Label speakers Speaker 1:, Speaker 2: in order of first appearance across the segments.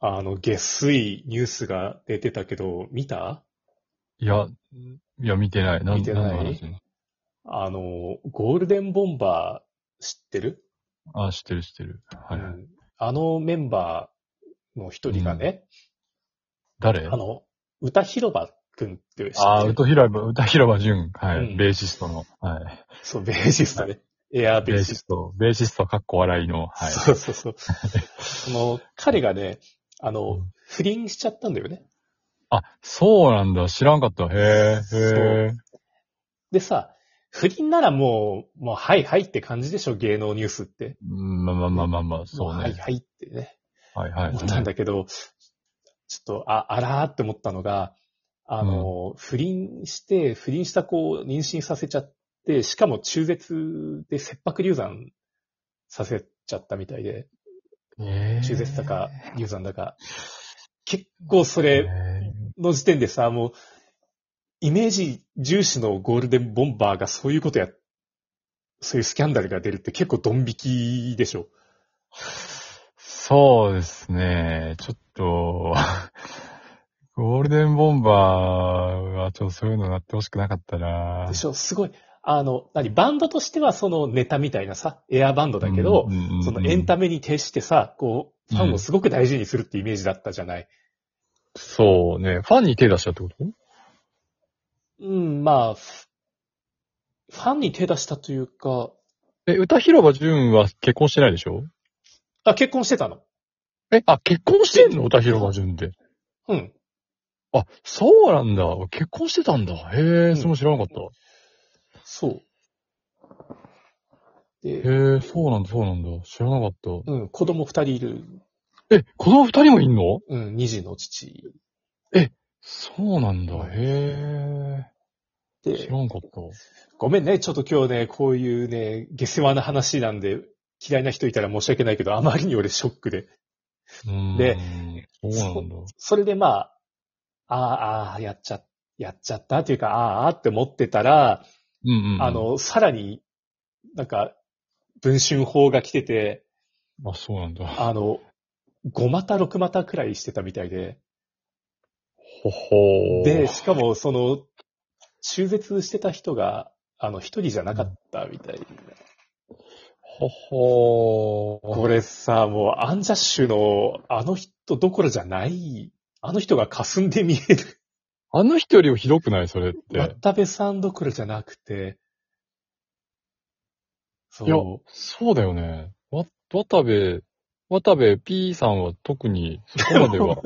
Speaker 1: あの、下水ニュースが出てたけど、見た
Speaker 2: いや、いや、見てない。ん
Speaker 1: 見てない
Speaker 2: 何の話なの
Speaker 1: あの、ゴールデンボンバー知ってる、
Speaker 2: あ、知ってる知ってる。はい。
Speaker 1: うんあのメンバーの一人がね、
Speaker 2: 誰
Speaker 1: あの、歌広場くんって知ってる
Speaker 2: あ、歌広場、歌広場淳。はい、
Speaker 1: うん
Speaker 2: ベーシストの。はい。
Speaker 1: そう、ベーシストね。エアーベ
Speaker 2: ベ
Speaker 1: ー
Speaker 2: ー
Speaker 1: シ
Speaker 2: シ
Speaker 1: ス
Speaker 2: スト。ベーシストかっこ笑い
Speaker 1: ト。
Speaker 2: の。はい。
Speaker 1: そうそうそう。その、彼がね、あ
Speaker 2: う
Speaker 1: の
Speaker 2: ん、
Speaker 1: 不倫しちゃったんだよね。
Speaker 2: あ、そうなんだ。知らんかった。へ
Speaker 1: そ
Speaker 2: え、
Speaker 1: う
Speaker 2: へえ。
Speaker 1: でさ、不倫ならもう、もう、はいはいって感じでしょ、芸能ニュースって。
Speaker 2: うんまあまあまあまあまあ、そう
Speaker 1: もはい
Speaker 2: ね。
Speaker 1: はいってね、
Speaker 2: はいはい。
Speaker 1: 思ったんだけど、ちょっと、あ、あらーって思ったのが、あの、不倫して、不倫した子を妊娠させちゃって、しかも中絶で切迫流産させちゃったみたいで、
Speaker 2: えー
Speaker 1: 中絶だか流産だか。結構それ、
Speaker 2: え
Speaker 1: の時点でさ、もう、イメージ重視のゴールデンボンバーがそういうことや、そういうスキャンダルが出るって結構ドン引きでしょ。
Speaker 2: ーそうですね。ちょっと、 ゴールデンボンバーはちょっとそういうのなってほしくなかったな。
Speaker 1: でしょすごい。あの、何バンドとしてはそのネタみたいなさ、エアバンドだけど、
Speaker 2: うんうんうんうん
Speaker 1: そのエンタメに徹してさ、こう、ファンをすごく大事にするってイメージだったじゃない。
Speaker 2: そうね。ファンに手出したってこと
Speaker 1: うん、まあ、フファンに手出したというか、
Speaker 2: え、歌広場淳は結婚してないでしょ
Speaker 1: あ、結婚してたの。
Speaker 2: え、あ、結婚してんの歌広場淳って。
Speaker 1: うん。
Speaker 2: あ、そうなんだ。結婚してたんだ。へ
Speaker 1: ん
Speaker 2: え、それも知らなかった。
Speaker 1: そう。で、
Speaker 2: へえ、そうなんだ、そうなんだ。知らなかっ
Speaker 1: うん、子供二人いる、
Speaker 2: た。え、子供二人もいんの
Speaker 1: うん、二児の父
Speaker 2: そうなんだ。
Speaker 1: うん
Speaker 2: へえ。知
Speaker 1: で
Speaker 2: ら、んかった。
Speaker 1: ごめんね、ちょっと今日ね、こういうね、下世話な話なんで、嫌いな人いたら申し訳ないけど、あまりに俺ショックで。
Speaker 2: うーん
Speaker 1: で、
Speaker 2: そうなんだ。
Speaker 1: それでまあ、あーあー、やっちゃ、やっちゃったというか、あーあーって思ってたら、
Speaker 2: うんうん。
Speaker 1: あ、の、さらに、なんか、文春法が来てて、
Speaker 2: あ、そうなんだ。
Speaker 1: あの、5股6股くらいしてたみたいで、
Speaker 2: ほほー
Speaker 1: で、、しかもその、中絶してた人が、あの、一人じゃなかったみたいな。
Speaker 2: ほほー
Speaker 1: これさ、もうアンジャッシュのあの人どころじゃない、あの人が霞んで見える。
Speaker 2: あの人よりもひどくないそれって。
Speaker 1: 渡部さんどころじゃなくて。
Speaker 2: いや
Speaker 1: そ、
Speaker 2: そうだよね。わ、渡部、渡部 P さんは特に、 そこまでは。
Speaker 1: う。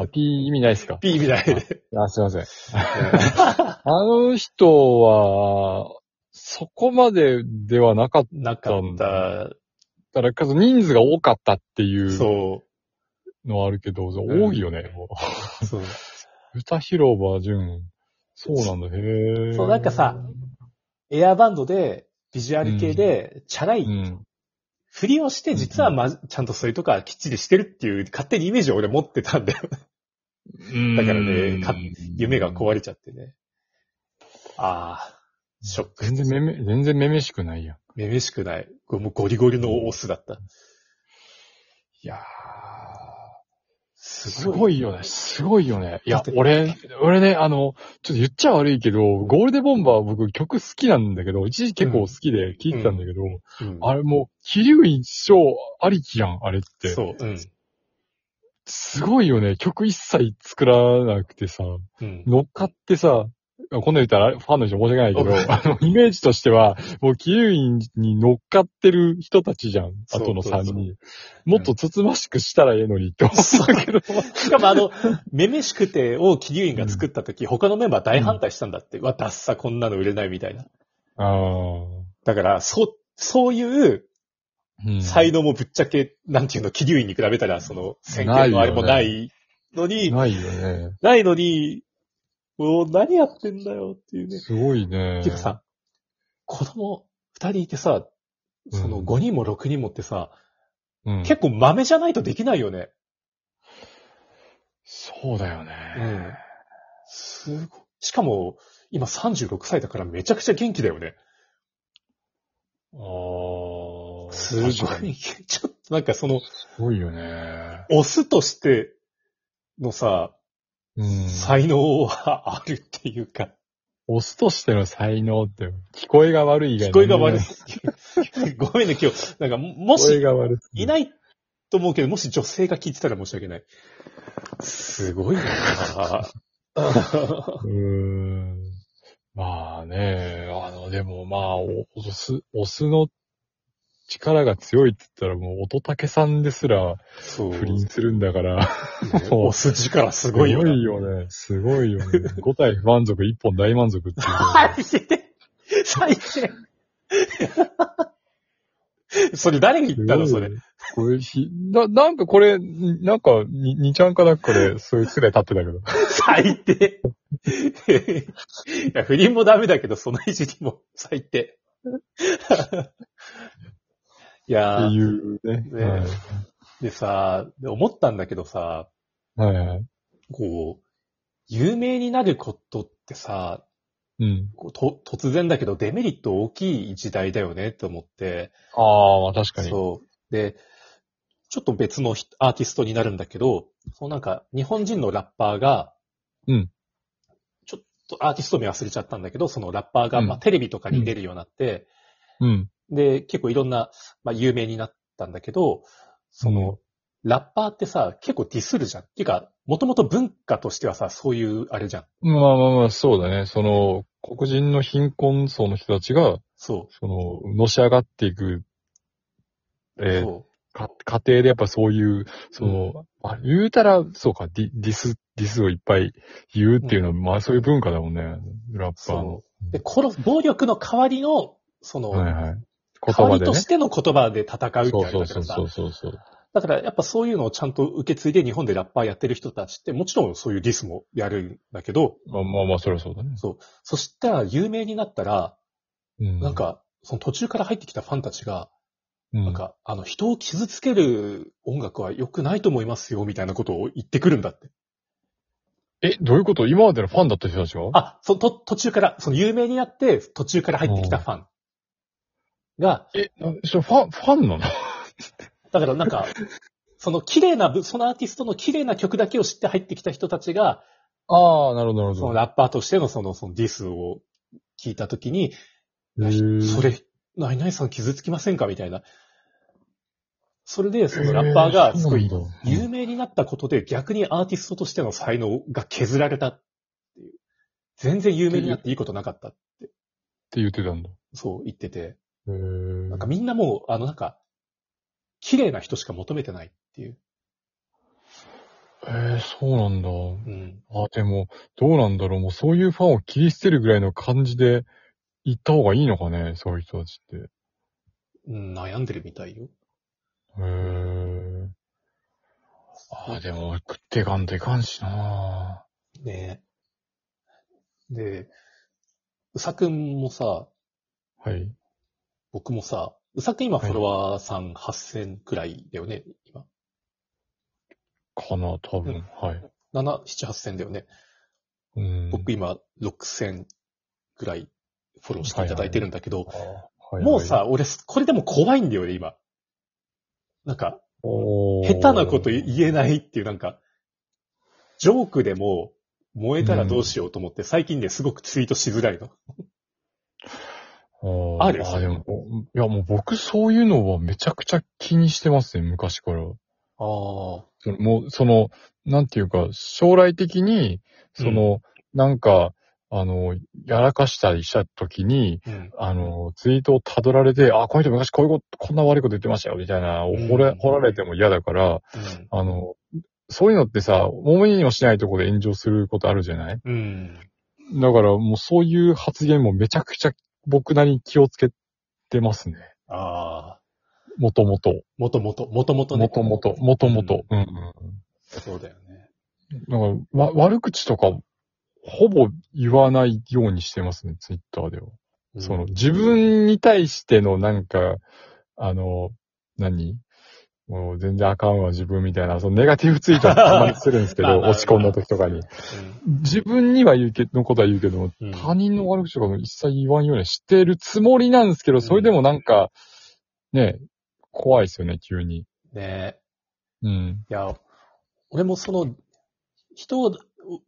Speaker 2: あ、P 意味ないですか
Speaker 1: ピーみたいで。
Speaker 2: あ、すいません。あの人は、そこまでではなかっ
Speaker 1: なかった。
Speaker 2: たら、かつ人数が多かったっていう
Speaker 1: そ
Speaker 2: のはあるけど、
Speaker 1: ん
Speaker 2: 多いよね。もう
Speaker 1: う。そう。
Speaker 2: 歌広場純。そうなんだ、へえ。
Speaker 1: そうなんかさエアバンドで、ビジュアル系で、チャラ
Speaker 2: う
Speaker 1: い
Speaker 2: ん。
Speaker 1: ふりをして、実はま、ちゃんとそういうとこはきっちりしてるっていう、勝手にイメージを俺持ってたんだよ。だからねか夢が
Speaker 2: い。
Speaker 1: 壊れちゃってね。ああ、ショック。
Speaker 2: 全然めめ、全然めめしくないやん。
Speaker 1: めめしくない。これもうゴリゴリのオスだった。
Speaker 2: いや
Speaker 1: す
Speaker 2: すごいよね、すごいよね。い
Speaker 1: だ
Speaker 2: や
Speaker 1: って、
Speaker 2: 俺、俺ね、あの、ちょっと言っちゃ悪いけど、ゴールデンボンバー僕曲好きなんだけど、一時期結構好きで聴いてたんだけど、
Speaker 1: うん
Speaker 2: あれもう、気流一生ありきやん、あれって。
Speaker 1: そう。うん。
Speaker 2: すごいよね、曲一切作らなくてさ、
Speaker 1: うん。
Speaker 2: 乗っかってさ、こんなん言ったらファンの人申し訳ない けど、あの、イメージとしては、もう、キウイに乗っかってる人たちじゃん、
Speaker 1: そう
Speaker 2: 後の
Speaker 1: そう
Speaker 2: 3
Speaker 1: そう
Speaker 2: 人。もっとつつましくしたらええのにって思ったけど。
Speaker 1: しかもあの、めめしくてをキリュウインが作った時、他のメンバー大反対したんだって。うわ、ダッサ、こんなの売れないみたいな。
Speaker 2: あ
Speaker 1: だから、そう、そういう
Speaker 2: あ。うん
Speaker 1: 才能もぶっちゃけ、なんていうの、キリュウインに比べたら、その、先見のあれもないのに、
Speaker 2: ないよね。
Speaker 1: ないのに、もう何やってんだよっていうね。
Speaker 2: すごいね。
Speaker 1: ていうかさ、子供二人いてさ、その
Speaker 2: うん
Speaker 1: 5人も6人もってさ、
Speaker 2: うん、
Speaker 1: 結構豆じゃないとできないよね。
Speaker 2: そうだよね。
Speaker 1: すごい。しかも、今36歳だからめちゃくちゃ元気だよね。
Speaker 2: ああ。
Speaker 1: すごい、
Speaker 2: 確かに
Speaker 1: ちょっとなんかその、
Speaker 2: すごいよね。
Speaker 1: オスとしてのさ、
Speaker 2: うん。
Speaker 1: 才能はあるっていうか、
Speaker 2: オスとしての才能って、聞こえが悪い以外
Speaker 1: 聞こえが悪い
Speaker 2: 聞。
Speaker 1: ごめんね、今日。なんか、も
Speaker 2: こえ
Speaker 1: し、
Speaker 2: が悪い。
Speaker 1: いないと思うけど、もし女性が聞いてたら申し訳ない。すごいな
Speaker 2: うーん。まあね、あの、でもまあ、おオス、オスの力が強いって言ったらもう、乙武さんですら
Speaker 1: そう。
Speaker 2: 不倫するんだから、
Speaker 1: おす力すごいよな。
Speaker 2: ね。すごいよね。5体不満足、1本大満 足っていう。
Speaker 1: 最低最低 それ誰に言ったのそれ。。
Speaker 2: これひ、な、なんかこれ、なんか、に、にちゃんかなんかで、そういうすれ立ってたけど。
Speaker 1: 最低 いや、不倫もダメだけど、そのいじりも最低。 いや
Speaker 2: って
Speaker 1: ー
Speaker 2: いうね。
Speaker 1: ねでさ、で思ったんだけどさ、
Speaker 2: はい。はいはい。
Speaker 1: こう、有名になることってさ、
Speaker 2: うん。
Speaker 1: こうと突然だけどデメリット大きい時代だよねって思って、
Speaker 2: ああ、まあ確かに。
Speaker 1: そう。で、ちょっと別のひアーティストになるんだけど、そうなんか日本人のラッパーが、
Speaker 2: うん。
Speaker 1: ちょっとアーティスト名忘れちゃったんだけど、そのラッパーが、
Speaker 2: うん
Speaker 1: まあ、テレビとかに出るようになって、
Speaker 2: うん。
Speaker 1: で、結構いろんな、まあ、有名になったんだけど、その、ラッパーってさ、結構ディスるじゃん。っていうか、もともと文化としてはさ、そういうあれじゃん。
Speaker 2: まあまあまあ、そうだね。その、黒人の貧困層の人たちが、
Speaker 1: そ
Speaker 2: その、のし上がっていく、
Speaker 1: う。
Speaker 2: えー
Speaker 1: そ
Speaker 2: か、家庭でやっぱそういう、その、まあ、言うたら、そうか、ディディス、ディスをいっぱい言うっていうのは、まあそういう文化だもんね、
Speaker 1: う。
Speaker 2: ラッパーの
Speaker 1: そ。う。で、殺、暴力の代わりの、その、
Speaker 2: はいはい。言
Speaker 1: 代わ
Speaker 2: 葉
Speaker 1: り
Speaker 2: で
Speaker 1: と
Speaker 2: ね
Speaker 1: し。ての言葉で戦うって
Speaker 2: そう
Speaker 1: あれだか
Speaker 2: そうそう
Speaker 1: らさ
Speaker 2: そうそうそう。
Speaker 1: だからやっぱそういうのをちゃんと受け継いで日本でラッパーやってる人たちってもちろんそういうディスもやるんだけど、
Speaker 2: まあまあまあ、そりゃそうだね。
Speaker 1: そう。そしたら有名になったら、
Speaker 2: うん。
Speaker 1: なん、か、その途中から入ってきたファンたちが、
Speaker 2: うん、
Speaker 1: なんか、あの、人を傷つける音楽は良くないと思いますよ、みたいなことを言ってくるんだって。
Speaker 2: え、どういうこと今までのファンだった人たちは
Speaker 1: あ、そのと途中から、その有名になって、途中から入ってきたファンが、
Speaker 2: え、なそれファン、ファンなの
Speaker 1: だからなんか、 その綺麗な部、そのアーティストの綺麗な曲だけを知って入ってきた人たちが、
Speaker 2: ああ、なるほど、なる
Speaker 1: そ
Speaker 2: ほ
Speaker 1: の
Speaker 2: ど。
Speaker 1: ラッパーとしてのその、そのディスを聞いたときに、いや
Speaker 2: へー
Speaker 1: それ、ナイナイさん傷つきませんかみたいな。それで、そのラッパーが、すごい、有名になったことで逆にアーティストとしての才能が削られたっていう。全然有名になっていいことなかった。
Speaker 2: って言ってたんだ。
Speaker 1: そう言ってて。
Speaker 2: へー
Speaker 1: なんかみんなもう、あのなんか、綺麗な人しか求めてないっていう。
Speaker 2: えー、そうなんだ。
Speaker 1: うん。
Speaker 2: あ、でも、どうなんだろう。もうそういうファンを切り捨てるぐらいの感じで行った方がいいのかね、そういう人たちって。
Speaker 1: うん悩んでるみたいよ。
Speaker 2: へーあー、でも俺食っていかんといかんしな
Speaker 1: ねえ。で、うさくんもさ、
Speaker 2: はい。
Speaker 1: 僕もさ、うさくん今フォロワーさん8000くらいだよね、今。
Speaker 2: かな、多分。はい。
Speaker 1: 7、7、8000だよね。
Speaker 2: うん。
Speaker 1: 僕今6000くらいフォローしていただいてるんだけど、
Speaker 2: あーはい
Speaker 1: もう、さ、俺、これでも怖いんだよね、今。なんか、下
Speaker 2: 下
Speaker 1: 手なこと言えないっていう、なんか、ジョークでも燃えたらどうしようと思って、最近ね、すごくツイートしづらいの。
Speaker 2: あ
Speaker 1: ある
Speaker 2: あ、でも、いやもう僕そういうのはめちゃくちゃ気にしてますね、昔から。
Speaker 1: ああ。
Speaker 2: そのもう、その、なんていうか、将来的に、その、なんか、あの、やらかしたりした時に、
Speaker 1: うん。
Speaker 2: あの、ツイートを辿られて、あ、この人昔こういうこと、こんな悪いこと言ってましたよ、みたいな、
Speaker 1: ん
Speaker 2: 掘ら掘られても嫌だから、あの、そういうのってさ、思いにもしないところで炎上することあるじゃない
Speaker 1: うん。うん。
Speaker 2: だからもうそういう発言もめちゃくちゃ僕なりに気をつけてますね。
Speaker 1: ああ。
Speaker 2: もともと。
Speaker 1: もともと、もともとね。
Speaker 2: もともと。もともと。うん。
Speaker 1: そうだよね。
Speaker 2: なんかわ悪口とか、ほぼ言わないようにしてますね、ツイッターでは。
Speaker 1: うん
Speaker 2: その、自分に対してのなんか、あの、何もう全然あかんわ、自分みたいな、そのネガティブツイートはたまにするんです け
Speaker 1: まあ
Speaker 2: ど、
Speaker 1: まあ
Speaker 2: 落ち込んだ時とかに。自分には言うけ、のことは言うけども、
Speaker 1: うん。
Speaker 2: 他人の悪口とかも一切言わんようにはしてるつもりなんですけど、それでもなんか、ね、怖いですよね、急に。
Speaker 1: ね
Speaker 2: うん。
Speaker 1: いや、俺もその、人を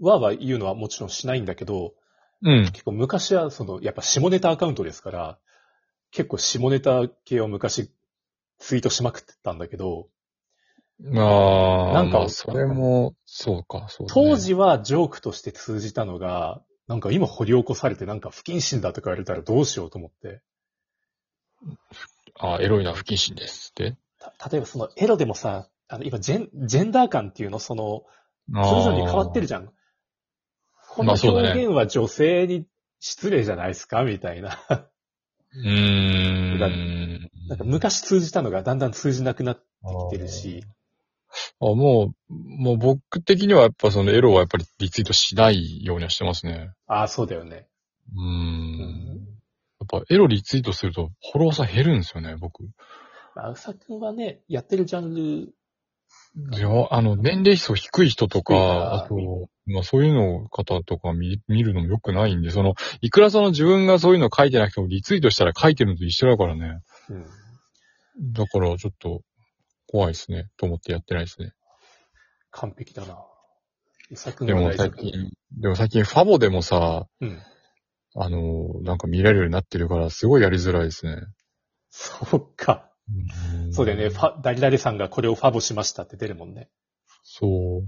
Speaker 1: わーわー言うのはもちろんしないんだけど、
Speaker 2: うん。
Speaker 1: 結構昔はその、やっぱ下ネタアカウントですから、結構下ネタ系を昔ツイートしまくってたんだけど、
Speaker 2: ああ、
Speaker 1: なんか
Speaker 2: まあそれも、そうか、そうだね
Speaker 1: 当、時はジョークとして通じたのが、なんか今掘り起こされてなんか不謹慎だとか言われたらどうしようと思って。
Speaker 2: あーエロいな不謹慎ですって。
Speaker 1: た例えばそのエロでもさ、あの今ジェン、ジェンダー感っていうの、その、
Speaker 2: そ
Speaker 1: それぞれに変わってるじゃん。この
Speaker 2: まあ
Speaker 1: 表
Speaker 2: そうだね
Speaker 1: 現は女性に失礼じゃないですかみたいな。
Speaker 2: うーん。
Speaker 1: なんか昔通じたのがだんだん通じなくなってきてるし、
Speaker 2: あー。あもう、もう僕的にはやっぱそのエロはやっぱりリツイートしないようにはしてますね。
Speaker 1: ああ、そうだよね。
Speaker 2: うー。
Speaker 1: うん
Speaker 2: やっぱエロリツイートするとフォロワーさん減るんですよね、僕。
Speaker 1: まあうさくんはね、やってるジャンル、
Speaker 2: いや、あの、年齢層低い人と
Speaker 1: 低い
Speaker 2: か、
Speaker 1: か
Speaker 2: あと、まあそういうの方とか見見るのも良くないんで、その、いくらその自分がそういうの書いてなくてもリツイートしたら書いてるのと一緒だからね。
Speaker 1: うん
Speaker 2: だからちょっと怖いですね、と思ってやってないですね。
Speaker 1: 完璧だな。うさくん
Speaker 2: で
Speaker 1: は
Speaker 2: も
Speaker 1: 大丈
Speaker 2: 最
Speaker 1: 夫。
Speaker 2: 近、でも最近ファボでもさ、
Speaker 1: うん。
Speaker 2: あの、なんか見られるようになってるから、すごいやりづらいですね。
Speaker 1: そうか。そうだよね。ファ、ダリダリさんがこれをファボしましたって出るもんね。
Speaker 2: そう。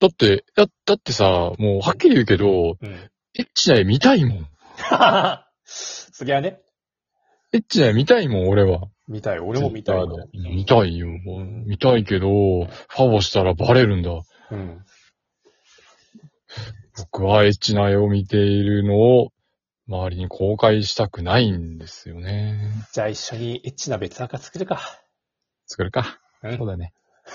Speaker 2: だって、だ、だってさ、もうはっきり言うけど、
Speaker 1: うん。
Speaker 2: エッチな絵見たいもん。
Speaker 1: そりゃね、
Speaker 2: エッチな絵見たいもん、俺は。
Speaker 1: 見たい。俺も見たいな。
Speaker 2: 見たいよ。
Speaker 1: ん
Speaker 2: 見たいけど、ファボしたらバレるんだ。
Speaker 1: うん。
Speaker 2: 僕はエッチな絵を見ているのを、周りに公開したくないんですよね。
Speaker 1: じゃあ一緒にエッチな別アカ作るか。
Speaker 2: 作るか。
Speaker 1: うん
Speaker 2: うだね。